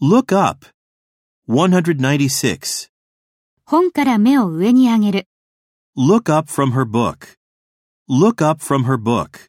Look up. 196. 本から目を上に上げる。 Look up from her book. Look up from her book.